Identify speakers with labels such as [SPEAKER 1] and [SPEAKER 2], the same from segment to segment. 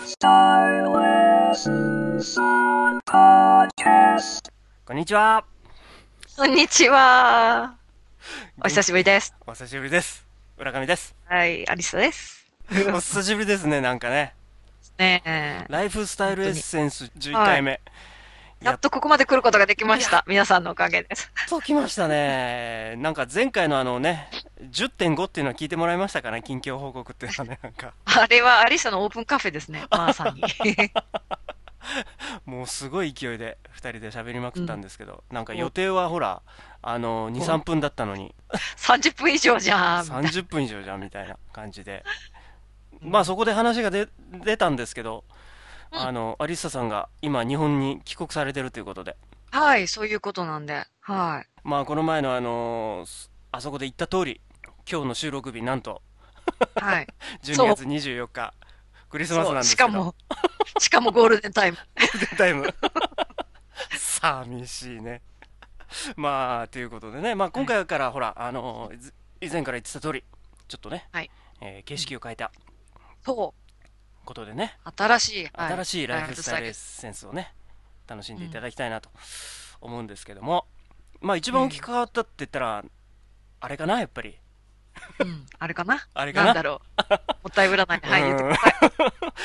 [SPEAKER 1] Lifestyle Lessons on Podcast.
[SPEAKER 2] こんにちは。
[SPEAKER 3] こんにちは。お久しぶりです。
[SPEAKER 2] お久しぶりです。浦上 です。
[SPEAKER 3] はい、アリサです。
[SPEAKER 2] お久しぶりですね、なんかね。
[SPEAKER 3] ねえ。
[SPEAKER 2] ライフスタイルエッセンス11回目。
[SPEAKER 3] やっとここまで来ることができました。皆さんのおかげです。
[SPEAKER 2] やっと来ましたね。なんか前回のあのね、10.5っていうのは聞いてもらいましたかね、近況報告っていうのはね、なんか。
[SPEAKER 3] あれはアリサのオープンカフェですね。まさに。
[SPEAKER 2] もうすごい勢いで2人で喋りまくったんですけど、なんか予定はほら、あの、2、3分だったのに、
[SPEAKER 3] 30分以上じゃん。
[SPEAKER 2] 30分以上じゃんみたいな感じで。まあそこで話が出出たんですけど、
[SPEAKER 3] うん
[SPEAKER 2] あの、アリッサさんが今日本に帰国されてるということで。
[SPEAKER 3] はい、そういうことなんで。は
[SPEAKER 2] まあこの前のあのーすあそこで言った通り今日の収録日なんと
[SPEAKER 3] い。はい。
[SPEAKER 2] 12月24日クリスマスなんです
[SPEAKER 3] し
[SPEAKER 2] け
[SPEAKER 3] か
[SPEAKER 2] ど
[SPEAKER 3] も、 しかもゴールデンタイム。
[SPEAKER 2] デ ンタイム 寂しいねまあということでね、まあ、今回からほら、あのーず以前から言ってた通りちょっとね、
[SPEAKER 3] はい
[SPEAKER 2] えー景色を変えた
[SPEAKER 3] そ
[SPEAKER 2] ことでね、
[SPEAKER 3] う。新しい。はい
[SPEAKER 2] 新しいライフスタイルエッ
[SPEAKER 3] す。
[SPEAKER 2] センスをね楽しんでいただきたいなと思うんですけども、まあ一番大きく変わったって言ったら、あれかなやっぱり
[SPEAKER 3] うん。あれかな
[SPEAKER 2] あれかなん
[SPEAKER 3] だろ う。もったいぶらない。はい、言ってください。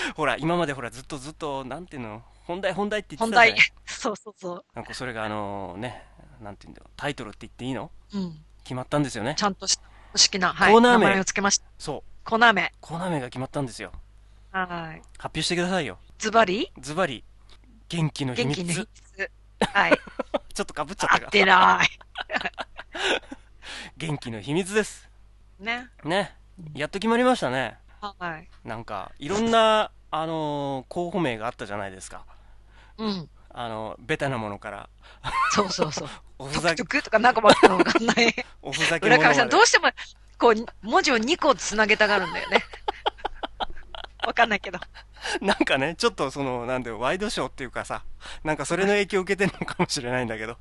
[SPEAKER 2] うん ほら、今までほら、ずっとずっと、なんていうの、本題本題って言っ
[SPEAKER 3] 本
[SPEAKER 2] てたじゃ
[SPEAKER 3] 題
[SPEAKER 2] ない。
[SPEAKER 3] そうそうそ
[SPEAKER 2] なんかそれがあのね、なんていうんだろう、タイトルって言っていいの
[SPEAKER 3] う。うん。
[SPEAKER 2] 決まったんですよね
[SPEAKER 3] ち。ゃんとした、公式な、はい。
[SPEAKER 2] コーナー
[SPEAKER 3] 名
[SPEAKER 2] 名
[SPEAKER 3] 前をつけました。
[SPEAKER 2] そう、
[SPEAKER 3] コーナー名。
[SPEAKER 2] コーナー名が決まったんですよ。
[SPEAKER 3] はい。
[SPEAKER 2] 発表してくださいよ。
[SPEAKER 3] ズバリ
[SPEAKER 2] ズバリ、元気の秘密。
[SPEAKER 3] 元気の秘
[SPEAKER 2] ちょ
[SPEAKER 3] 密。 はい。
[SPEAKER 2] っとかぶっちゃった
[SPEAKER 3] 合っ
[SPEAKER 2] が。
[SPEAKER 3] てな
[SPEAKER 2] 元気の秘密です。
[SPEAKER 3] い。ね。
[SPEAKER 2] ね。やっと決まりましたね。
[SPEAKER 3] はい。
[SPEAKER 2] なんか、いろんな、あのー候補名があったじゃないですか。
[SPEAKER 3] うん。
[SPEAKER 2] あの、ベタなものから、
[SPEAKER 3] そうそうそう。
[SPEAKER 2] おふ
[SPEAKER 3] ト
[SPEAKER 2] ざ
[SPEAKER 3] ク
[SPEAKER 2] け
[SPEAKER 3] ト、クとかなんかわかんない。
[SPEAKER 2] おふざけ
[SPEAKER 3] 村
[SPEAKER 2] 者ま
[SPEAKER 3] 上
[SPEAKER 2] で
[SPEAKER 3] さん、どうしても、こう、文字を2個つなげたがるんだ よね。わかんないけど。
[SPEAKER 2] なんかね、ちょっとその、なんだよ、ワイドショーっていうかさ、なんかそれの影響を受けてるのかもしれないんだ けど、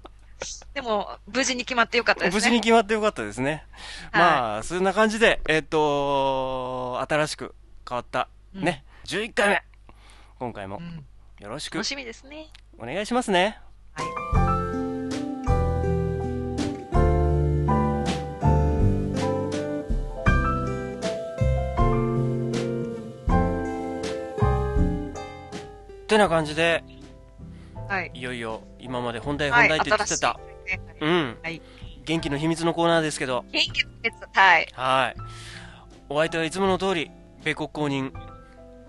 [SPEAKER 3] でも、無事に決まってよかったです
[SPEAKER 2] 無
[SPEAKER 3] ね。
[SPEAKER 2] 事に決まってよかったですね。
[SPEAKER 3] はい
[SPEAKER 2] まあ、そんな感じで、えっと、新しく変わった、ね、11回目、今回も
[SPEAKER 3] うん。
[SPEAKER 2] よろしく
[SPEAKER 3] 楽しみですね。
[SPEAKER 2] お願いしますね。
[SPEAKER 3] はい。
[SPEAKER 2] ってな感じで、
[SPEAKER 3] はい。
[SPEAKER 2] いよいよ今まで本題
[SPEAKER 3] は
[SPEAKER 2] 本
[SPEAKER 3] い、
[SPEAKER 2] 題って言ってた、
[SPEAKER 3] 新しいね
[SPEAKER 2] うん、
[SPEAKER 3] はい
[SPEAKER 2] 元気の秘密のコーナーですけど、
[SPEAKER 3] 元気の秘密はい。
[SPEAKER 2] はい。お相手はいつもの通り、米国公認、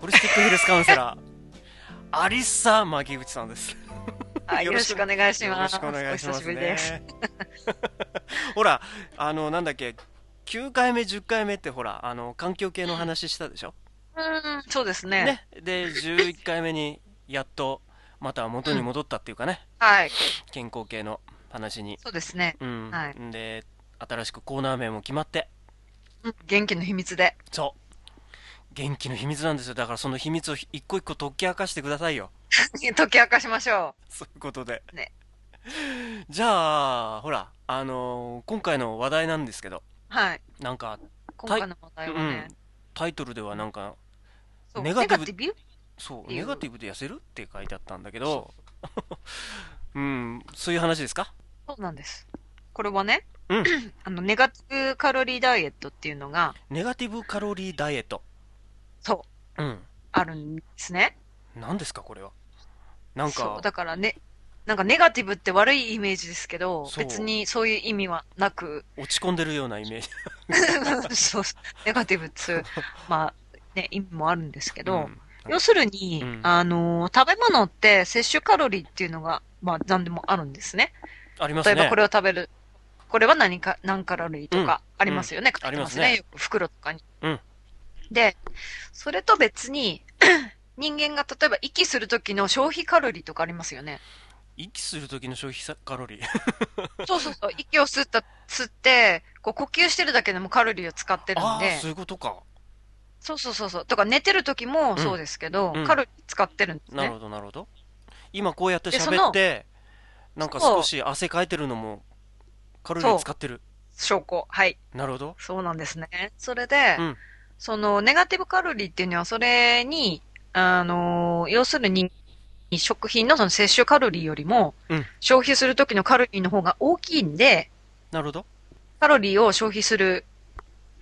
[SPEAKER 2] ホリスティックヘルスカウンセ ラー、アリッサ・マギ口さんです。
[SPEAKER 3] はいよろしくお願いします。
[SPEAKER 2] よろしくお願いしま
[SPEAKER 3] お久
[SPEAKER 2] す、
[SPEAKER 3] し
[SPEAKER 2] ね。
[SPEAKER 3] ぶりです。
[SPEAKER 2] ほら、あの、なんだっけ、9回目、10回目ってほら、あの、環境系の話したでしょ、
[SPEAKER 3] うん、そうですね。
[SPEAKER 2] ね。で、11回目に、やっと、また元に戻ったっていうかね、
[SPEAKER 3] はい。
[SPEAKER 2] 健康系の話に。
[SPEAKER 3] そうですね。
[SPEAKER 2] うん。
[SPEAKER 3] はい
[SPEAKER 2] んで、新しくコーナー名も決まって、
[SPEAKER 3] うん元気の秘密で。
[SPEAKER 2] そう。元気の秘密なんですよ。だからその秘密をひ一個一個解き明かしてくださいよ。
[SPEAKER 3] 解き明かしましょ
[SPEAKER 2] そういうことで。
[SPEAKER 3] ね
[SPEAKER 2] じゃあ、ほら、あのー今回の話題なんですけど、
[SPEAKER 3] う。はい。
[SPEAKER 2] なんか、
[SPEAKER 3] 今回の問題はね
[SPEAKER 2] うん、タイトルではなんか、
[SPEAKER 3] そう
[SPEAKER 2] ネ
[SPEAKER 3] ネ
[SPEAKER 2] ガ
[SPEAKER 3] ガ
[SPEAKER 2] テ
[SPEAKER 3] テ
[SPEAKER 2] ィブ
[SPEAKER 3] ィブ
[SPEAKER 2] そう、
[SPEAKER 3] 理由
[SPEAKER 2] ネガティブで痩せるって書いてあったんだけど、 うん、そういう話ですか
[SPEAKER 3] そうなんです。これはね、
[SPEAKER 2] うん
[SPEAKER 3] あの、ネガティブカロリーダイエットっていうのが、
[SPEAKER 2] ネガティブカロリーダイエット。
[SPEAKER 3] そう、
[SPEAKER 2] うん。
[SPEAKER 3] あるんですね。
[SPEAKER 2] 何ですか、これは。なん
[SPEAKER 3] そ
[SPEAKER 2] か
[SPEAKER 3] う、、だからね、なんかネガティブって悪いイメージですけど、
[SPEAKER 2] そう
[SPEAKER 3] 別にそういう意味はなく、
[SPEAKER 2] 落ち込んでるようなイメージ。
[SPEAKER 3] そう、ネガティブっていう、まあ、ね、意味もあるんですけ
[SPEAKER 2] う
[SPEAKER 3] ど、
[SPEAKER 2] ん
[SPEAKER 3] 要するに、
[SPEAKER 2] うん
[SPEAKER 3] あの、食べ物って摂取カロリーっていうのが、まあ、何でもあるんですね。
[SPEAKER 2] あります
[SPEAKER 3] 例え
[SPEAKER 2] ね。
[SPEAKER 3] ばこれを食べる、これは何か、何カロリーとかありますよね。
[SPEAKER 2] うん
[SPEAKER 3] 書いてます
[SPEAKER 2] ありますね
[SPEAKER 3] ね。よく袋とかに。
[SPEAKER 2] うん
[SPEAKER 3] で、それと別に、 人間が例えば息する時の消費カロリーとかありますよね。
[SPEAKER 2] 息する時の消費さカ ロリー。
[SPEAKER 3] そうそ うそう。息を吸った、吸って、こう呼吸してるだけでもカロリーを使ってるん
[SPEAKER 2] ああ、
[SPEAKER 3] で
[SPEAKER 2] そ、ういうことか。
[SPEAKER 3] そうそうそうそう。とか寝てる時もそうですけど、
[SPEAKER 2] うんうん
[SPEAKER 3] カロリー使ってるんです
[SPEAKER 2] なる
[SPEAKER 3] ね。
[SPEAKER 2] ほど、なるほど。今こうやって
[SPEAKER 3] でそ
[SPEAKER 2] 喋
[SPEAKER 3] の
[SPEAKER 2] って、なんか
[SPEAKER 3] そ
[SPEAKER 2] 少
[SPEAKER 3] う
[SPEAKER 2] し汗かいてるのも、カロリー使ってる。
[SPEAKER 3] 証拠。はい。
[SPEAKER 2] なるほど。
[SPEAKER 3] そうなんですね。それで、
[SPEAKER 2] うん
[SPEAKER 3] そのネガティブカロリーっていうのは、それに、あのー要するに、食品のその摂取カロリーよりも
[SPEAKER 2] うん、
[SPEAKER 3] 消費する時のカロリーの方が大きいんで、
[SPEAKER 2] なるほど。
[SPEAKER 3] カロリーを消費する、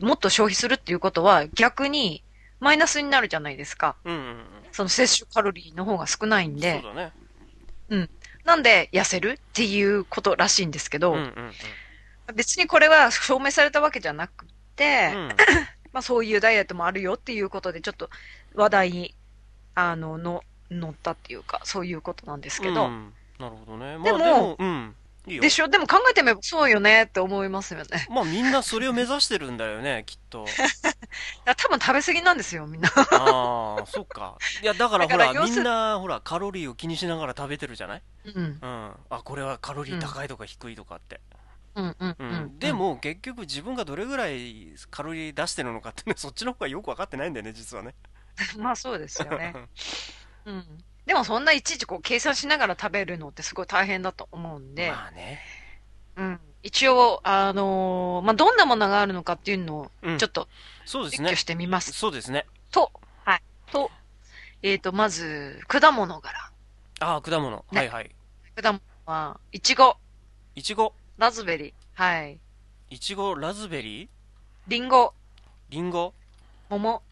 [SPEAKER 3] もっと消費するっていうことは逆にマイナスになるじゃないですか。
[SPEAKER 2] うんうんうん。
[SPEAKER 3] その摂取カロリーの方が少ないん
[SPEAKER 2] そう
[SPEAKER 3] で。
[SPEAKER 2] だね。
[SPEAKER 3] なんで痩せるっていうことらしいんですけ
[SPEAKER 2] うん
[SPEAKER 3] ど、
[SPEAKER 2] うんうん。
[SPEAKER 3] 別にこれは証明されたわけじゃなくて、
[SPEAKER 2] うん
[SPEAKER 3] まあ、そういうダイエットもあるよっていうことで、ちょっと話題にあのの乗ったっていうか、そういうことなんですけど、
[SPEAKER 2] うんなるほどね。まあ
[SPEAKER 3] で
[SPEAKER 2] で
[SPEAKER 3] も
[SPEAKER 2] も、うん。いいよ
[SPEAKER 3] で。しょ、でも考えてみればそうよねって思いますよ ね。
[SPEAKER 2] まあみんなそれを目指してるんだよね、きっ と。
[SPEAKER 3] だから多分食べ過ぎなんですよ、みんな。
[SPEAKER 2] ああ、そっか。いや、だからほ、
[SPEAKER 3] だからら要
[SPEAKER 2] み
[SPEAKER 3] す
[SPEAKER 2] んな、ほら、カロリーを気にしながら食べてるじゃない
[SPEAKER 3] うん、
[SPEAKER 2] うん。あ、これはカロリー高いとか低いとかって。
[SPEAKER 3] うん、うん、
[SPEAKER 2] う。
[SPEAKER 3] うんん。
[SPEAKER 2] で、も、結局自分がどれぐらいカロリー出してるのかってね、 そっちの方がよくわかってないんだよね、実はね。
[SPEAKER 3] まあそうですよね。うん。でもそんないちいちこう計算しながら食べるのってすごい大変だと思うんで、
[SPEAKER 2] まあね。
[SPEAKER 3] うん。一応、あのーまあ、どんなものがあるのかっていうのを
[SPEAKER 2] うん
[SPEAKER 3] ちょっと
[SPEAKER 2] そうです
[SPEAKER 3] 実況
[SPEAKER 2] ね。
[SPEAKER 3] してみます。
[SPEAKER 2] そうですね。
[SPEAKER 3] と、はい。と、えっ、と、まず、果物から。
[SPEAKER 2] ああ、果物。
[SPEAKER 3] ね
[SPEAKER 2] はいはい。
[SPEAKER 3] 果物は、いちご、
[SPEAKER 2] いちご。
[SPEAKER 3] ラズベリー、はい。
[SPEAKER 2] いちご、ラズベリー、
[SPEAKER 3] りんご、
[SPEAKER 2] りんご、
[SPEAKER 3] 桃、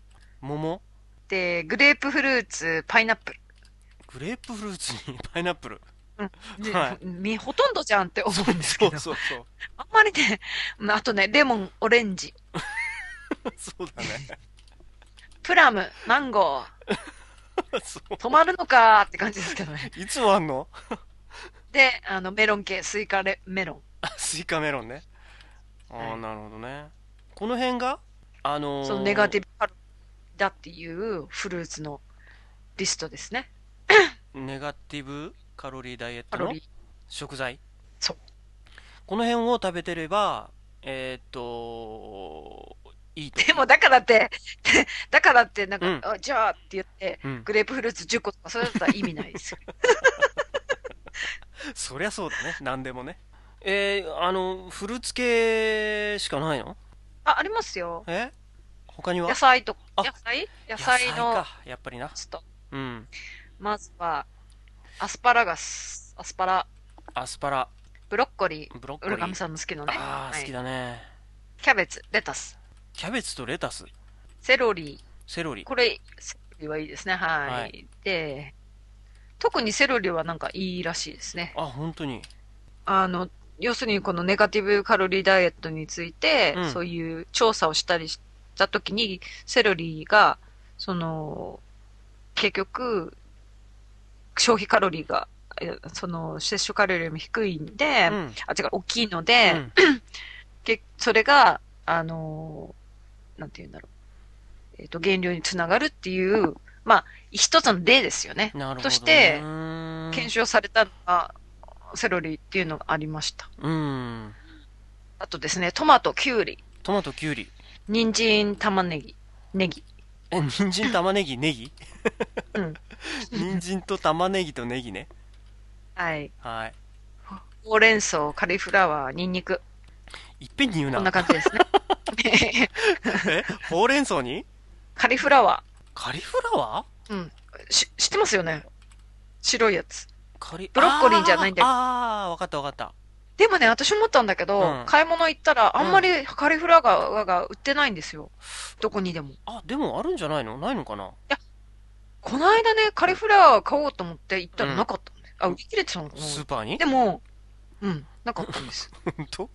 [SPEAKER 2] 桃、
[SPEAKER 3] で、グレープフルーツ、パイナップル。
[SPEAKER 2] グレープフルーツに パイナップル。
[SPEAKER 3] で
[SPEAKER 2] はい
[SPEAKER 3] みほとんどじゃんって思うんですけど。
[SPEAKER 2] そうそう
[SPEAKER 3] あんまりね、あとね、レモン、オレンジ、
[SPEAKER 2] そう。そうだね。
[SPEAKER 3] プラム、マンゴ
[SPEAKER 2] そ
[SPEAKER 3] ー、止まるのかーって感じです けどね。
[SPEAKER 2] う。いつもあんの
[SPEAKER 3] で、あの、メロン系、スイカレ、メロン。
[SPEAKER 2] あスイカメロンね。あ
[SPEAKER 3] は
[SPEAKER 2] あ、
[SPEAKER 3] い
[SPEAKER 2] なるほどね。この辺が、あのー
[SPEAKER 3] そのネガティブカロリーだっていうフルーツのリストですね。
[SPEAKER 2] ネガティブカロリーダイエッ
[SPEAKER 3] カ
[SPEAKER 2] ト
[SPEAKER 3] ロ
[SPEAKER 2] の
[SPEAKER 3] リー。
[SPEAKER 2] 食材。
[SPEAKER 3] そう。
[SPEAKER 2] この辺を食べてれば、えーっと、いい と。
[SPEAKER 3] でもだからって、だからって、なんか、
[SPEAKER 2] うん
[SPEAKER 3] あじゃあって言って、
[SPEAKER 2] うん、
[SPEAKER 3] グレープフルーツ10個とか、それだったら意味ないですよ。
[SPEAKER 2] そりゃそうだね。何でもね。えー、あの、フルーツ系しかないの
[SPEAKER 3] あ、ありますよ。
[SPEAKER 2] え他には
[SPEAKER 3] 野菜とか、
[SPEAKER 2] あ
[SPEAKER 3] 野菜野菜の
[SPEAKER 2] か、やっぱりな。
[SPEAKER 3] ちょっと、
[SPEAKER 2] うん。
[SPEAKER 3] まずは、アスパラガス、アスパラ、
[SPEAKER 2] アスパラ、
[SPEAKER 3] ブロッコリー、
[SPEAKER 2] ブロッコ
[SPEAKER 3] ウル
[SPEAKER 2] リ
[SPEAKER 3] ガム
[SPEAKER 2] ー。
[SPEAKER 3] さんの好きのね。
[SPEAKER 2] ああ、
[SPEAKER 3] はい
[SPEAKER 2] 好きだね。
[SPEAKER 3] キャベツ、レタス、
[SPEAKER 2] キャベツとレタス、
[SPEAKER 3] セロリ、
[SPEAKER 2] セロリ。
[SPEAKER 3] これ、セロリはいいですね。はい。
[SPEAKER 2] はい
[SPEAKER 3] で、特にセロリはなんかいいらしいですね。
[SPEAKER 2] あ、本当に。
[SPEAKER 3] あの、要するにこのネガティブカロリーダイエットについて、
[SPEAKER 2] うん
[SPEAKER 3] そういう調査をしたりしたときに、セロリが、その、結局、消費カロリーが、えその、摂取カロリーよりも低いんで、
[SPEAKER 2] うん。
[SPEAKER 3] あ、違う、大きいので、
[SPEAKER 2] うん
[SPEAKER 3] けそれが、あのーなんて言うんだろう。えっ、と、減量につながるっていう、まあ、一つの例ですよね。
[SPEAKER 2] なるほどね。
[SPEAKER 3] として
[SPEAKER 2] うーん
[SPEAKER 3] 検証されたのが、セロリっていうのがありました。
[SPEAKER 2] うん。
[SPEAKER 3] あとですね、トマト、キュウリ、
[SPEAKER 2] トマト、キュウリ。
[SPEAKER 3] 人参、玉ねぎ、ネギ。
[SPEAKER 2] え、人参、玉ねぎ、ネギ
[SPEAKER 3] うん。
[SPEAKER 2] 人参と玉ねぎとネギね。
[SPEAKER 3] はい。
[SPEAKER 2] はい。
[SPEAKER 3] ほうれん草、カリフラワー、ニンニク。
[SPEAKER 2] いっぺんに言う
[SPEAKER 3] こんな
[SPEAKER 2] な。
[SPEAKER 3] 感じです ね。
[SPEAKER 2] えほうれん草に
[SPEAKER 3] カリフラワ
[SPEAKER 2] カリフラワー
[SPEAKER 3] ー。し、知ってますよね白いやつ。
[SPEAKER 2] カリ
[SPEAKER 3] ブロッコリーじゃないんだよ
[SPEAKER 2] あーあー、わかったわかった。
[SPEAKER 3] でもね、私思ったんだけど、
[SPEAKER 2] うん
[SPEAKER 3] 買い物行ったら、あんまりカリフラワーが売ってないんですよ。どこにでも。
[SPEAKER 2] あ、でもあるんじゃないのないのかな
[SPEAKER 3] この間ね、カリフラワー買おうと思って行った
[SPEAKER 2] う
[SPEAKER 3] ら
[SPEAKER 2] ん
[SPEAKER 3] なかったんで、あ、売り切れてたのかな
[SPEAKER 2] スーパーに
[SPEAKER 3] でも、うん、なかったんです。
[SPEAKER 2] 本当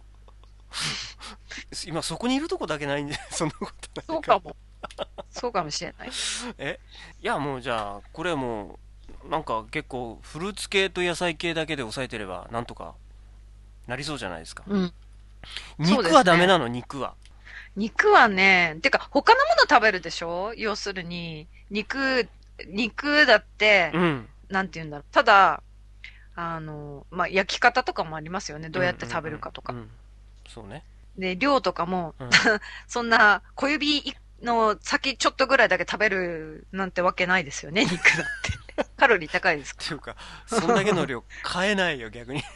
[SPEAKER 2] 今そこにいるとこだけないん で そんなことな
[SPEAKER 3] そ
[SPEAKER 2] いう
[SPEAKER 3] かも。そうかもしれない。
[SPEAKER 2] いやもうじゃあこれはもうなんか結構フルーツ系と野菜系だけで抑えてればなんとかなりそうじゃないですか
[SPEAKER 3] うん。そうです
[SPEAKER 2] 肉
[SPEAKER 3] ね
[SPEAKER 2] はダメなの肉は
[SPEAKER 3] 肉はね、てか他のもの食べるでしょ要するに、肉、肉だって、
[SPEAKER 2] うん
[SPEAKER 3] なんて言うんだろう。ただ、あの、まあ、焼き方とかもありますよね。どうやって食べるかとか
[SPEAKER 2] う。んうんそうね
[SPEAKER 3] で、量とかも、
[SPEAKER 2] うん
[SPEAKER 3] そんな小指の先ちょっとぐらいだけ食べるなんてわけないです よね、肉だって。カロリー高いですか
[SPEAKER 2] っていうかそんだけの量買えないよ 逆に
[SPEAKER 3] ら。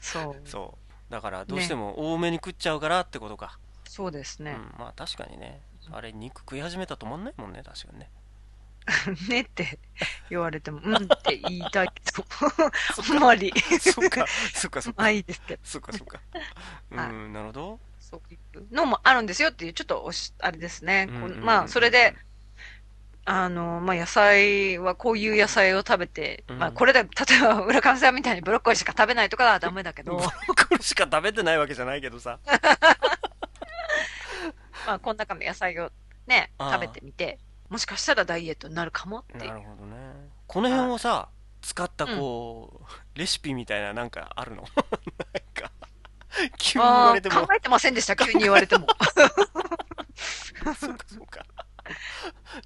[SPEAKER 3] そう。
[SPEAKER 2] そうだからどうしても多めに食っちゃうからってことか、
[SPEAKER 3] そうです
[SPEAKER 2] う
[SPEAKER 3] ね。
[SPEAKER 2] ん、まあ確かにねあれ肉食い始めたら止まんないもんね確かにね
[SPEAKER 3] ねって 言われても、うんって言いたいけど、あんまり、
[SPEAKER 2] そっ か、そっか、そっか。
[SPEAKER 3] ないですけど、
[SPEAKER 2] そっか、そっ か。う
[SPEAKER 3] はい
[SPEAKER 2] ん、なるほど。
[SPEAKER 3] そういうのもあるんですよっていう、ちょっとおし、あれですね。こう
[SPEAKER 2] うんうんうん
[SPEAKER 3] まあ、それで、あの、まあ、野菜は、こういう野菜を食べて、
[SPEAKER 2] うん
[SPEAKER 3] まあ、これで、例 えば、浦上さんみたいにブロッコリーしか食べないとかはダメだけど、
[SPEAKER 2] これしか食べてないわけじゃないけどさ。
[SPEAKER 3] まあ、この中の野菜をね、
[SPEAKER 2] あー
[SPEAKER 3] 食べてみて、もしかしたらダイエットになるかもってい
[SPEAKER 2] な
[SPEAKER 3] う。
[SPEAKER 2] るほどね。この辺をさ、使ったこう、レシピみたいななんかあるの なんか、急に言わ
[SPEAKER 3] あ
[SPEAKER 2] れ
[SPEAKER 3] あ
[SPEAKER 2] て
[SPEAKER 3] ー、
[SPEAKER 2] も
[SPEAKER 3] 考、えてませんでした、急に言われても。
[SPEAKER 2] そうか、そうか。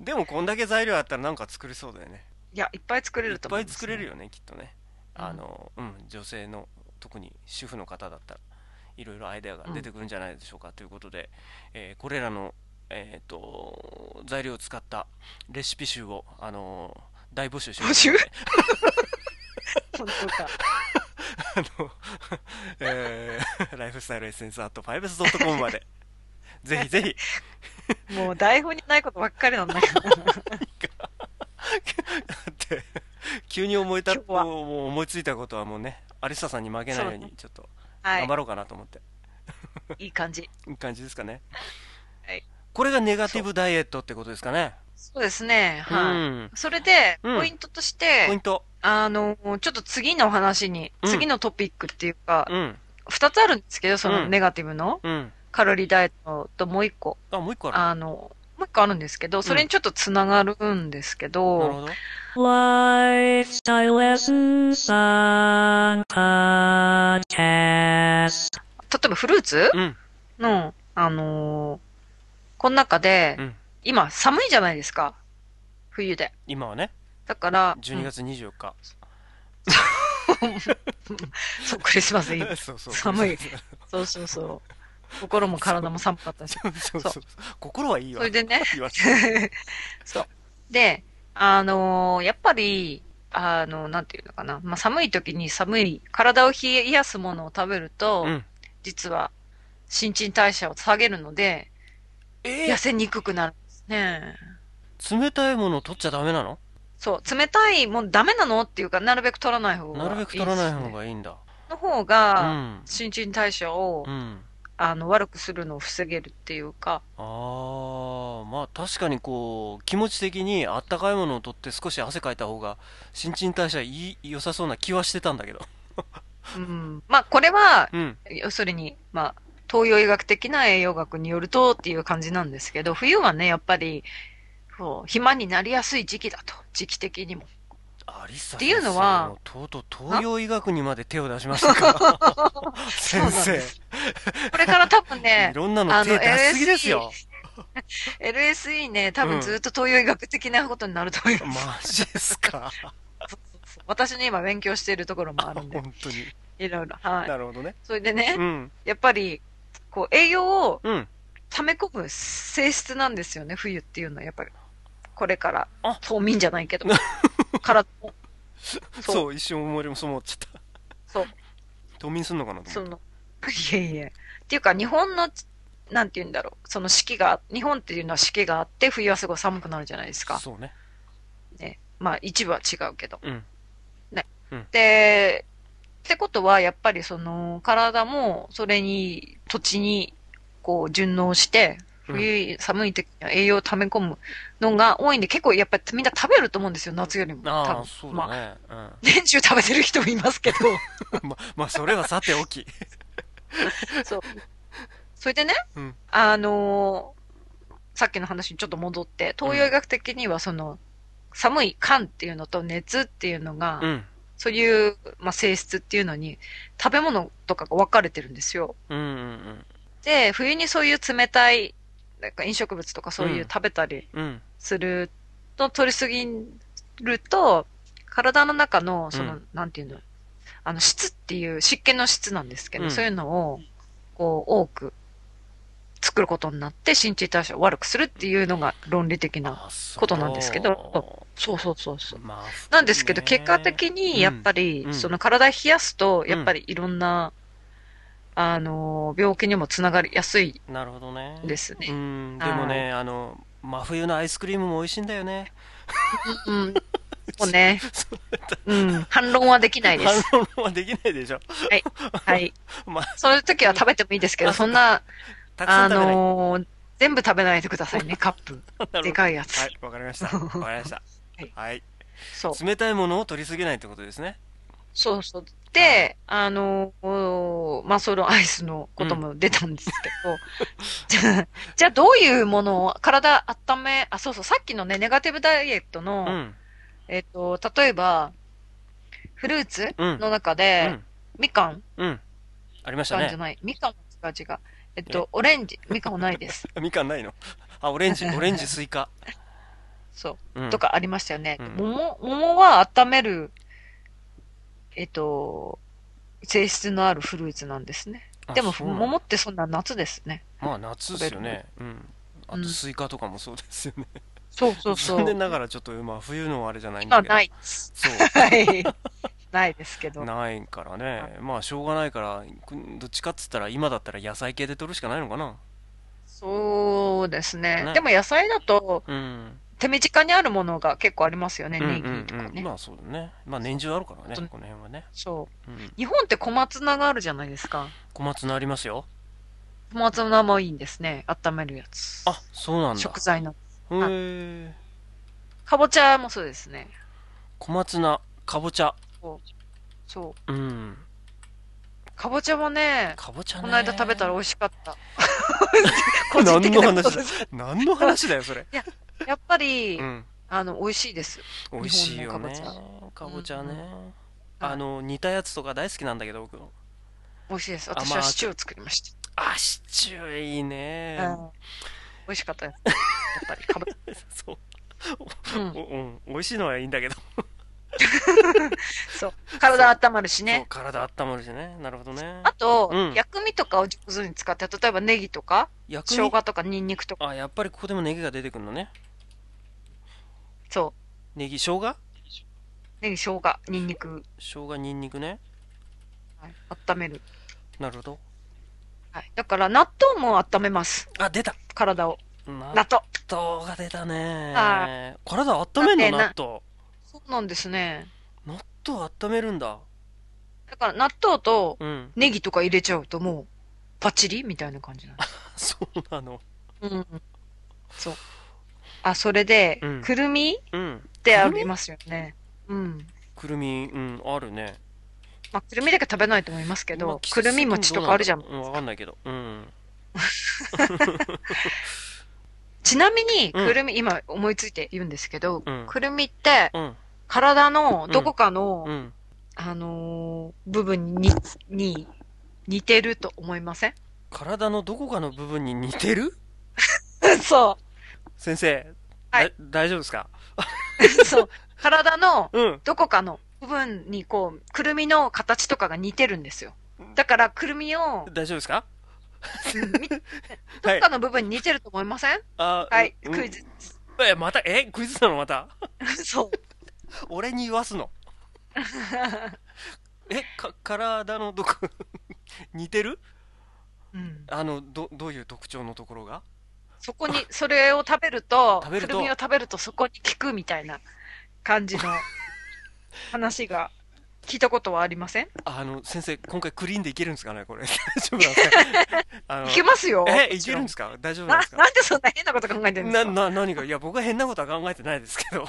[SPEAKER 2] でもこんだけ材料あったらなんか作れそうだよね。
[SPEAKER 3] いや、いっぱい作れ
[SPEAKER 2] いっ
[SPEAKER 3] ると思
[SPEAKER 2] ぱ
[SPEAKER 3] う。
[SPEAKER 2] い作れる
[SPEAKER 3] よ。
[SPEAKER 2] よね、きっとね。
[SPEAKER 3] うん
[SPEAKER 2] あの、うん、女性の、特に主婦の方だったら、いろいろアイデアが出てくるんじゃないでしょうか。ということで、えーこれらの、えっ、と、材料を使ったレシピ集を、あのー大募集しま
[SPEAKER 3] 募
[SPEAKER 2] す
[SPEAKER 3] 集
[SPEAKER 2] ので。
[SPEAKER 3] 本当か。
[SPEAKER 2] あの、えー、 ライフスタイルエッセンスアットファイブスドットコムまで。 ぜひぜひ、
[SPEAKER 3] もう台本にないことばっかりなんだけど。
[SPEAKER 2] だって、急に思いた、
[SPEAKER 3] 今日は
[SPEAKER 2] もうもう思いついたことはもうね、アリサさんに負けないよう
[SPEAKER 3] そう
[SPEAKER 2] に、ちょっと、
[SPEAKER 3] は
[SPEAKER 2] 頑張ろうかなと思って、
[SPEAKER 3] い。いい感じ。
[SPEAKER 2] いい感じですかね。
[SPEAKER 3] はい
[SPEAKER 2] これがネガティブダイエットってことですかね。
[SPEAKER 3] そうですね。はい。
[SPEAKER 2] うん。
[SPEAKER 3] それで、
[SPEAKER 2] うん
[SPEAKER 3] ポイントとし
[SPEAKER 2] ポイ
[SPEAKER 3] て
[SPEAKER 2] ン、ト。
[SPEAKER 3] あの、ちょっと次の話に、
[SPEAKER 2] うん
[SPEAKER 3] 次のトピックっていうか、
[SPEAKER 2] うん。
[SPEAKER 3] 二つあるんですけど、そうの
[SPEAKER 2] ん
[SPEAKER 3] ネガティブの
[SPEAKER 2] うん。
[SPEAKER 3] カロリーダイエットともう一個、
[SPEAKER 2] あ、もう一個ある。
[SPEAKER 3] あの、もう一個あるんですけど、それにちょっとつながるんです
[SPEAKER 2] な
[SPEAKER 3] け
[SPEAKER 2] るほど。
[SPEAKER 3] ど、
[SPEAKER 1] Lifestyle Essence on Podcast.
[SPEAKER 3] 例えばフルーツ
[SPEAKER 2] うん。
[SPEAKER 3] の、あのーこの中で、
[SPEAKER 2] うん
[SPEAKER 3] 今寒いじゃないですか。冬で。
[SPEAKER 2] 今はね、
[SPEAKER 3] だから、
[SPEAKER 2] 12月24日。
[SPEAKER 3] うんそう、クリスマスイ ブ。
[SPEAKER 2] そうそう。
[SPEAKER 3] 寒い
[SPEAKER 2] そう
[SPEAKER 3] そうそうそう。心も体も寒かっ たし。
[SPEAKER 2] そうそう。心はいいわ。
[SPEAKER 3] それでね
[SPEAKER 2] 言われて
[SPEAKER 3] そう。で、あのーやっぱり、あのーなんていうのかな。まあ、寒い時に寒い、体を冷やすものを食べると、
[SPEAKER 2] うん。
[SPEAKER 3] 実は、新陳代謝を下げるので、
[SPEAKER 2] え
[SPEAKER 3] 痩せにくくなるんですね。
[SPEAKER 2] ー、冷たいもの取っちゃダメなの
[SPEAKER 3] そう、冷たいもんダメなのっていうか、なるべく取らない方がい
[SPEAKER 2] な
[SPEAKER 3] い
[SPEAKER 2] るべく取らない方
[SPEAKER 3] いい。
[SPEAKER 2] がいいんだ。
[SPEAKER 3] の方
[SPEAKER 2] う
[SPEAKER 3] が、
[SPEAKER 2] ん。
[SPEAKER 3] 新陳代謝を、
[SPEAKER 2] うん。
[SPEAKER 3] あの、悪くするのを防げるっていうか、
[SPEAKER 2] ああ、まあ確かにこう、気持ち的にあったかいものを取って少し汗かいた方が、新陳代謝いい、良さそうな気はしてたんだけ ど。
[SPEAKER 3] うん。まあ、これは、
[SPEAKER 2] うん。
[SPEAKER 3] 要するに、まあ、東洋医学的な栄養学によるとっていう感じなんですけど、冬はね、やっぱり、こう、肥満になりやすい時期だと、時期的にも。
[SPEAKER 2] アリサ
[SPEAKER 3] っていうのは
[SPEAKER 2] 先生もとうとう東洋医学にまで手を出しましたか。
[SPEAKER 3] そう
[SPEAKER 2] 先
[SPEAKER 3] なん
[SPEAKER 2] 生、
[SPEAKER 3] です。これから多分
[SPEAKER 2] い
[SPEAKER 3] ね、
[SPEAKER 2] ろんなの手出しすぎですよ。
[SPEAKER 3] LSE ね、多
[SPEAKER 2] うん
[SPEAKER 3] 分ずっと東洋医学的なことになると思います。
[SPEAKER 2] マジですか。
[SPEAKER 3] そうそうそう私ね、今勉強しているところ もあるんで、
[SPEAKER 2] 本当に。
[SPEAKER 3] いろいろ。はい。
[SPEAKER 2] なるほどね。
[SPEAKER 3] それでね
[SPEAKER 2] う、ん。
[SPEAKER 3] やっぱり、こう、栄養を
[SPEAKER 2] うん。
[SPEAKER 3] 溜め込む性質なんですよね、冬っていうのは、やっぱり。これから
[SPEAKER 2] あ、
[SPEAKER 3] 冬眠じゃないけど、体も、そう
[SPEAKER 2] そう、一瞬思いもそう思っちゃった。
[SPEAKER 3] そう、
[SPEAKER 2] 冬眠すんのかなと
[SPEAKER 3] そ
[SPEAKER 2] 思っ
[SPEAKER 3] の、いえいえ。っていうか、日本の、なんて言うんだろう、その四季が、日本っていうのは四季があって、冬はすごい寒くなるじゃないです
[SPEAKER 2] た。
[SPEAKER 3] か。
[SPEAKER 2] そうね。
[SPEAKER 3] ね、まあ、一部は違うけど。
[SPEAKER 2] うん。
[SPEAKER 3] で、ってことは、やっぱりその、体も、それに、土地に、こう、順応して、
[SPEAKER 2] うん
[SPEAKER 3] 冬、寒い時には栄養を溜め込むのが多いんで、結構やっぱりみんな食べると思うんですよ、夏よりも。多
[SPEAKER 2] ああ、
[SPEAKER 3] 分
[SPEAKER 2] そう
[SPEAKER 3] まあ、
[SPEAKER 2] だね。うん。
[SPEAKER 3] 年中食べてる人もいますけど。
[SPEAKER 2] ま、まあ、それはさておき。
[SPEAKER 3] そう。それでね、
[SPEAKER 2] うん
[SPEAKER 3] あのーさっきの話にちょっと戻って、東洋医学的にはその、寒い寒っていうのと熱って いうのが、
[SPEAKER 2] うん。
[SPEAKER 3] そういう、まあ、性質っていうのに、食べ物とかが分かれてるんですよ。
[SPEAKER 2] うんうん
[SPEAKER 3] で、冬にそういう冷たい、なんか飲食物とかそういう
[SPEAKER 2] うん
[SPEAKER 3] 食べたり
[SPEAKER 2] うん。うん。
[SPEAKER 3] すると、取りすぎると、体の中の、その、
[SPEAKER 2] う
[SPEAKER 3] なんていうの、あの、質っていう、湿気の質なんですけど、
[SPEAKER 2] うん
[SPEAKER 3] そういうのを、こう、多く作ることになって、新陳代謝を悪くするっていうのが論理的な。
[SPEAKER 2] あそう
[SPEAKER 3] ことなんですけどそうそうそうそう。
[SPEAKER 2] まあ、
[SPEAKER 3] なんですけど、
[SPEAKER 2] ね
[SPEAKER 3] 結果的に、やっぱ
[SPEAKER 2] うんう
[SPEAKER 3] り、
[SPEAKER 2] ん
[SPEAKER 3] その体冷やすと、
[SPEAKER 2] うん
[SPEAKER 3] やっぱりいろんな、あの、病気にもつながりやすい
[SPEAKER 2] なるほどね。
[SPEAKER 3] ですね
[SPEAKER 2] う。ん。でもね、あの、真冬のアイスクリームも美味しいんだよね。
[SPEAKER 3] うん。 そうね。
[SPEAKER 2] そう
[SPEAKER 3] うん。反論はできないです。
[SPEAKER 2] 反論はできないでし ょ。
[SPEAKER 3] はい。
[SPEAKER 2] まあ、
[SPEAKER 3] そういう時は食べてもいいですけど、
[SPEAKER 2] あそ
[SPEAKER 3] そ
[SPEAKER 2] っ
[SPEAKER 3] んな、
[SPEAKER 2] たくさ
[SPEAKER 3] あ
[SPEAKER 2] ん食べない。
[SPEAKER 3] のー全部食べないでくださいね、カップ。
[SPEAKER 2] なる
[SPEAKER 3] で
[SPEAKER 2] ほど
[SPEAKER 3] かいやつ。
[SPEAKER 2] はい、わかりました。わかりました
[SPEAKER 3] はい。
[SPEAKER 2] はい。
[SPEAKER 3] そう。
[SPEAKER 2] 冷たいものを取りすぎないってことですね。
[SPEAKER 3] そうそう。で、あのーまあ、そのアイスのことも出たんです けど、じゃあ、じゃあどういうものを、体温め、あ、そうそう、さっきのね、ネガティブダイエット
[SPEAKER 2] う
[SPEAKER 3] の、
[SPEAKER 2] ん。
[SPEAKER 3] えっと、例えば、フルーツ
[SPEAKER 2] うん。
[SPEAKER 3] の中
[SPEAKER 2] う
[SPEAKER 3] で、
[SPEAKER 2] ん。
[SPEAKER 3] みかん、み
[SPEAKER 2] うん。ありました
[SPEAKER 3] かんじゃ
[SPEAKER 2] ね。
[SPEAKER 3] ない、みかんの違う違う。えっと、オレンジ、みかんはないです。
[SPEAKER 2] みかんないのあ、オレンジ、オレンジ、スイカ。
[SPEAKER 3] そうう、
[SPEAKER 2] ん
[SPEAKER 3] と。かありましたよね。
[SPEAKER 2] うん
[SPEAKER 3] 桃、桃は温める、えっと、性質のあるフルーツなんですね。
[SPEAKER 2] あ
[SPEAKER 3] でも、
[SPEAKER 2] そうなんだ
[SPEAKER 3] 桃ってそんな夏ですね。
[SPEAKER 2] まあ夏ですよね。うん。あ
[SPEAKER 3] う
[SPEAKER 2] と
[SPEAKER 3] ん
[SPEAKER 2] スイカとかもそうですよね。
[SPEAKER 3] そうそうそ
[SPEAKER 2] 残念
[SPEAKER 3] う。
[SPEAKER 2] ながらちょっとまあ冬のあれじゃないん
[SPEAKER 3] 今
[SPEAKER 2] だ
[SPEAKER 3] は
[SPEAKER 2] けど。
[SPEAKER 3] ないです。
[SPEAKER 2] そ
[SPEAKER 3] はい。ないですけ
[SPEAKER 2] う。
[SPEAKER 3] ど。
[SPEAKER 2] ないからね。まあしょうがないから、どっちかっつったら今だったら野菜系で取るしかないのかな。
[SPEAKER 3] そうですね
[SPEAKER 2] ね。
[SPEAKER 3] でも野菜だと
[SPEAKER 2] うん。
[SPEAKER 3] 手短にあるものが結構ありますよね。
[SPEAKER 2] うん
[SPEAKER 3] ネギとか
[SPEAKER 2] うんうん
[SPEAKER 3] ね。
[SPEAKER 2] まあそうだね。まあ年中あるからね、こ
[SPEAKER 3] ちょ
[SPEAKER 2] の
[SPEAKER 3] っと
[SPEAKER 2] 辺はね。
[SPEAKER 3] そう。
[SPEAKER 2] うん。
[SPEAKER 3] 日本って小松菜があるじゃないですか。
[SPEAKER 2] 小松菜ありますよ。
[SPEAKER 3] 小松菜もいいんですね。温めるやつ。
[SPEAKER 2] あ、そうなんだ
[SPEAKER 3] 食。材の。
[SPEAKER 2] へー
[SPEAKER 3] かぼちゃもそうですね。
[SPEAKER 2] 小松菜、かぼちゃ。
[SPEAKER 3] そう。
[SPEAKER 2] うん。
[SPEAKER 3] かぼちゃもね、
[SPEAKER 2] かぼちゃね。
[SPEAKER 3] この間食 べたら美味しかった。個人
[SPEAKER 2] 何
[SPEAKER 3] 的
[SPEAKER 2] の
[SPEAKER 3] なこと
[SPEAKER 2] 話
[SPEAKER 3] で
[SPEAKER 2] だ
[SPEAKER 3] す。
[SPEAKER 2] 何の話だよ、 それ。
[SPEAKER 3] やっぱり、
[SPEAKER 2] うん。
[SPEAKER 3] あの、美味しいです。
[SPEAKER 2] 美味しいよね
[SPEAKER 3] 日本
[SPEAKER 2] かぼちゃね、
[SPEAKER 3] うん
[SPEAKER 2] あの煮たやつとか大好きなんだけど僕
[SPEAKER 3] 美味しいです。
[SPEAKER 2] 甘く
[SPEAKER 3] 私はシチューを作りました。
[SPEAKER 2] あシチューいいね、
[SPEAKER 3] うん美味しかった です。やっぱりかぶ、
[SPEAKER 2] そう
[SPEAKER 3] うん、
[SPEAKER 2] おうん美味しいのはいいんだけど、
[SPEAKER 3] そう。体温まるし
[SPEAKER 2] そう
[SPEAKER 3] ね。
[SPEAKER 2] 体温まるしねなるほどね
[SPEAKER 3] あと、
[SPEAKER 2] うん
[SPEAKER 3] 薬味とかを上手に使って、例えばネギとか、
[SPEAKER 2] 薬味
[SPEAKER 3] 生姜とかニンニクとか、
[SPEAKER 2] あやっぱりここでもネギが出てくるのね
[SPEAKER 3] そ
[SPEAKER 2] ネギ生姜
[SPEAKER 3] う。ネギ、生姜、ニンニク、
[SPEAKER 2] 生姜にんにくね
[SPEAKER 3] はい温める。
[SPEAKER 2] なるほど
[SPEAKER 3] はい。だから、納豆も温めます。
[SPEAKER 2] あ出た
[SPEAKER 3] 体を。納
[SPEAKER 2] 納
[SPEAKER 3] 豆。
[SPEAKER 2] 豆が出たね
[SPEAKER 3] あ
[SPEAKER 2] 体温めんの
[SPEAKER 3] だっ
[SPEAKER 2] 納豆
[SPEAKER 3] そうなんですね。
[SPEAKER 2] 納豆温めるんだ
[SPEAKER 3] だから、納豆と
[SPEAKER 2] うん
[SPEAKER 3] ネギとか入れちゃうと、もう、パチリみたいな感じなんで す。
[SPEAKER 2] そうなの
[SPEAKER 3] うん。そう。あ、それで、
[SPEAKER 2] うん
[SPEAKER 3] くるみ
[SPEAKER 2] うん
[SPEAKER 3] ってありますよね。うん。
[SPEAKER 2] くるみうんあるね
[SPEAKER 3] まあ、くるみだけ食べないと思いますけ
[SPEAKER 2] まあ
[SPEAKER 3] ど、
[SPEAKER 2] 季
[SPEAKER 3] く
[SPEAKER 2] 節
[SPEAKER 3] るみ餅とかあるじゃん
[SPEAKER 2] 的。にどうなのうんわかんないけど。うん。
[SPEAKER 3] ちなみに、
[SPEAKER 2] うん
[SPEAKER 3] くるみ、今思いついて言うんですけど、
[SPEAKER 2] うん
[SPEAKER 3] くるみって、
[SPEAKER 2] うん。
[SPEAKER 3] 体のどこかの、
[SPEAKER 2] うん。
[SPEAKER 3] あのー部分に、に、似てると思いま せん
[SPEAKER 2] 体のどこかの部分に似て る
[SPEAKER 3] そ
[SPEAKER 2] 先生。
[SPEAKER 3] はい
[SPEAKER 2] だ。大丈夫ですか
[SPEAKER 3] う。そう。体の
[SPEAKER 2] うん。
[SPEAKER 3] どこかの部分に、こう、くるみの形とかが似てるんですよ。だから、くるみ を、
[SPEAKER 2] 大丈夫ですか
[SPEAKER 3] うんみど
[SPEAKER 2] は
[SPEAKER 3] っ
[SPEAKER 2] い。
[SPEAKER 3] かの部分に似てると思いません
[SPEAKER 2] あ
[SPEAKER 3] はい、
[SPEAKER 2] うん
[SPEAKER 3] クイズ。
[SPEAKER 2] え、また、え、クイズなのまた。
[SPEAKER 3] そう。
[SPEAKER 2] 俺に言わすの。え、か、体のどこ、 似てる
[SPEAKER 3] うん、
[SPEAKER 2] あの、ど、どういう特徴のところが
[SPEAKER 3] そこに、それを食べると、
[SPEAKER 2] 食べると
[SPEAKER 3] くるみを食べるとそこに効くみたいな 感じの話が聞いたことはありません
[SPEAKER 2] あの、先生、今回クリーンでいけるんですかねこれ。 大丈夫なんですか あの
[SPEAKER 3] いけますよ。
[SPEAKER 2] え、いけるんですか大丈夫なん
[SPEAKER 3] な
[SPEAKER 2] ですか
[SPEAKER 3] なんでそんな変なこと考えてるんで
[SPEAKER 2] な、
[SPEAKER 3] すか
[SPEAKER 2] な、何が、いや、僕は変なことは考えてないですけど、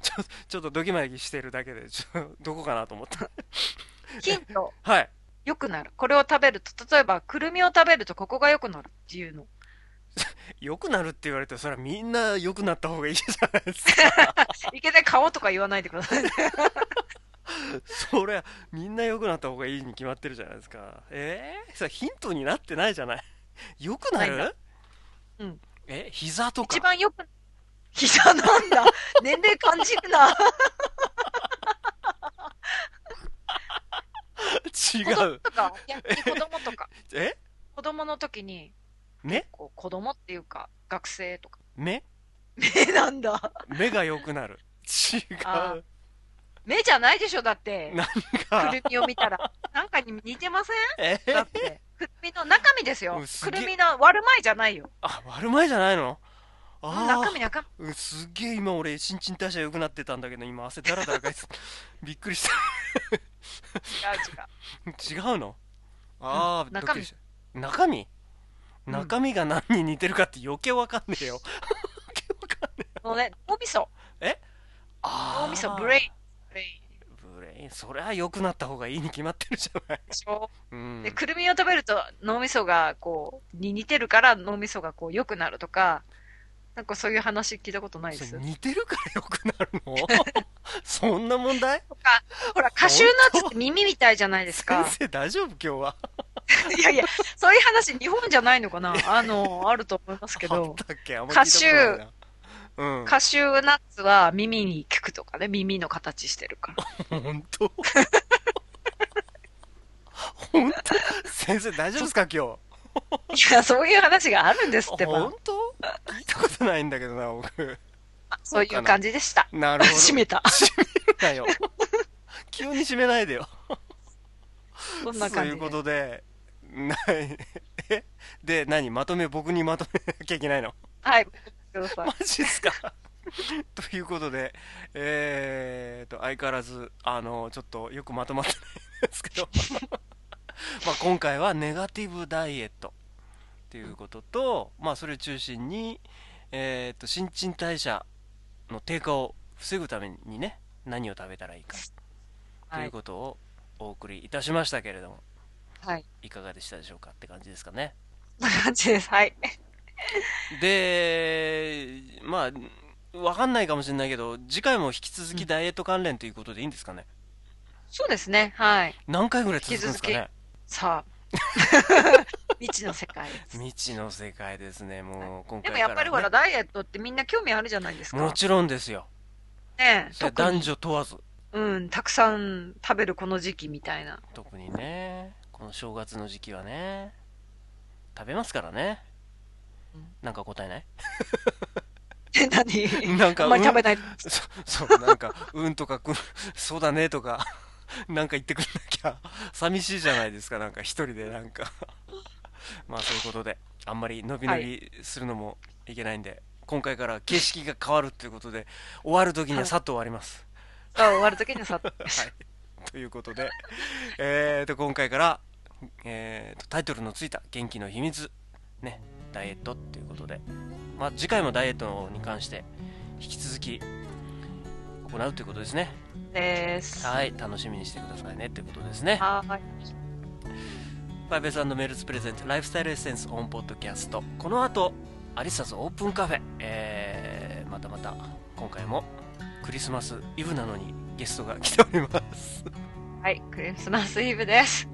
[SPEAKER 2] ち ょ、ちょっとドキマギしてるだけで、ちょ、どこかなと思った。
[SPEAKER 3] ヒント、
[SPEAKER 2] はい。
[SPEAKER 3] 良くなる。これを食べると、例えば、くるみを食べるとここが良くなるっていうの。
[SPEAKER 2] 良くなるって言われて、それはみんな良くなった方がいいじゃないですか。
[SPEAKER 3] いけない顔とか言わないでください。
[SPEAKER 2] それはみんな良くなった方がいいに決まってるじゃないですか。えー、それヒントになってないじゃない。良くな
[SPEAKER 3] ない
[SPEAKER 2] る
[SPEAKER 3] うん。
[SPEAKER 2] え、膝と
[SPEAKER 3] 一
[SPEAKER 2] か。
[SPEAKER 3] 番良く、膝な んだ。年齢感じるな。
[SPEAKER 2] 違
[SPEAKER 3] 子供
[SPEAKER 2] う。
[SPEAKER 3] とか、逆に子供とか、
[SPEAKER 2] え
[SPEAKER 3] 子供の時に、
[SPEAKER 2] 目
[SPEAKER 3] こう子供っていうか、学生とか。
[SPEAKER 2] 目
[SPEAKER 3] 目なんだ。
[SPEAKER 2] 目が良くなる。違
[SPEAKER 3] あ
[SPEAKER 2] う。
[SPEAKER 3] 目じゃないでしょ、だって。く
[SPEAKER 2] か
[SPEAKER 3] るみを見たら。なんかに似てません
[SPEAKER 2] え
[SPEAKER 3] だって。くるみの中身です
[SPEAKER 2] う
[SPEAKER 3] よ
[SPEAKER 2] ん。す
[SPEAKER 3] く
[SPEAKER 2] げえ
[SPEAKER 3] るみの割る前じゃないよ。
[SPEAKER 2] あ、割る前じゃないのあ
[SPEAKER 3] 中
[SPEAKER 2] あ
[SPEAKER 3] 身中身。
[SPEAKER 2] うんすっげえ今俺新陳代謝良くなってたんだけど今汗だらだらかいです びっくりした
[SPEAKER 3] 違う違 う。
[SPEAKER 2] 違うのああ、
[SPEAKER 3] うん
[SPEAKER 2] びっくりした中身
[SPEAKER 3] うん
[SPEAKER 2] 中身が何に似てるかって余計わかんねえよ余計わかんねえ
[SPEAKER 3] もうね、脳みそ。
[SPEAKER 2] あー
[SPEAKER 3] 脳みそ、ブレイン。ブレイン
[SPEAKER 2] ブレインそりゃ良くなった方がいいに決まってるじゃない、
[SPEAKER 3] でしょ、
[SPEAKER 2] うん、
[SPEAKER 3] で、くるみを食べると脳みそがこう、に似てるから脳みそがこう良くなるとか、なんかそういう話聞いたことないで
[SPEAKER 2] そ
[SPEAKER 3] す
[SPEAKER 2] れ。似てるから良くなるの そんな問題
[SPEAKER 3] とか、ほら、カシューナッツって耳みたいじゃないです
[SPEAKER 2] 先
[SPEAKER 3] か。
[SPEAKER 2] 生大丈夫今日はい
[SPEAKER 3] やいや、そういう話日本じゃないのかな あの、あると思いますけ
[SPEAKER 2] あ
[SPEAKER 3] ど
[SPEAKER 2] っ。たっけあんま聞いたことないなうん
[SPEAKER 3] カシューナッツは耳に効くとかね、耳の形してるから。
[SPEAKER 2] 本当本当先生大丈夫ですか今
[SPEAKER 3] いや、そういう話があるんですっ
[SPEAKER 2] 日
[SPEAKER 3] てば
[SPEAKER 2] 本、当聞いたことないんだけどな 僕
[SPEAKER 3] そういう感じでした。
[SPEAKER 2] なるほど
[SPEAKER 3] 閉めた。
[SPEAKER 2] だよ急に締めないでよ
[SPEAKER 3] そんな感
[SPEAKER 2] と
[SPEAKER 3] じ
[SPEAKER 2] いう
[SPEAKER 3] で。
[SPEAKER 2] ことでないえで何まとめ僕にまとめなきゃいけないの
[SPEAKER 3] はい。くださ い
[SPEAKER 2] マ。ジっすかということで、えー、と相変わらずあのちょっとよくまとまってないんですけど まあ今回はネガティブダイエットっていうことと、まあ、それを中心に、えー、と新陳代謝の低下を防ぐためにね何を食べたらいいかと
[SPEAKER 3] は
[SPEAKER 2] いう
[SPEAKER 3] い。
[SPEAKER 2] ことをお送りいたしましたけれども
[SPEAKER 3] はい。
[SPEAKER 2] いかがでしたでしょうかって感じですかね。
[SPEAKER 3] そんな感じです。はい。
[SPEAKER 2] で、まあ、わかんないかもしれないけど、次回も引き続きダイエット関連ということでいいんですかね。
[SPEAKER 3] そうですね。はい。
[SPEAKER 2] 何回ぐらい続くんですかね。
[SPEAKER 3] さあ。 未知の世界です。
[SPEAKER 2] 未知の世界ですね、もう今
[SPEAKER 3] で
[SPEAKER 2] 回か
[SPEAKER 3] もや
[SPEAKER 2] ら、
[SPEAKER 3] っぱりほら、ダイエットってみんな興味あるじゃないです
[SPEAKER 2] も
[SPEAKER 3] か。
[SPEAKER 2] ちろんですよ。
[SPEAKER 3] ね
[SPEAKER 2] それ
[SPEAKER 3] 特
[SPEAKER 2] 男
[SPEAKER 3] に、
[SPEAKER 2] 女問わず。
[SPEAKER 3] うん、たくさん食べるこの時期みたいな。
[SPEAKER 2] 特にね、この正月の時期はね、食べますからね
[SPEAKER 3] うん。
[SPEAKER 2] なんか答えない
[SPEAKER 3] え何
[SPEAKER 2] なんか、
[SPEAKER 3] あんまり
[SPEAKER 2] うん
[SPEAKER 3] 食べない。
[SPEAKER 2] そ そう、なんか、うんとかくん、そうだねとか、 なんか言ってくんなきゃ、寂しいじゃないですか、なんか一人でなんか。 まあそういうことで、あんまり伸び伸びするのもいけないんで、今回から形式が変わるということで、終わる時にはさっと終わります。
[SPEAKER 3] そう終わるときにさ、
[SPEAKER 2] はい。ということで、えーと、今回から、えーと、タイトルのついた元気の秘密、ね、ダイエットっていうことで、まあ次回もダイエットに関して、引き続き、行うということですね。
[SPEAKER 3] です。
[SPEAKER 2] はい、楽しみにしてくださいねということですね。
[SPEAKER 3] はい。
[SPEAKER 2] ファイベースメルズプレゼントライフスタイルエッセンスオンポッドキャスト。この後、アリサスオープンカフェ。えー、またまた、今回もクリスマスイブなのにゲストが来ております。
[SPEAKER 3] はい、クリスマスイブです。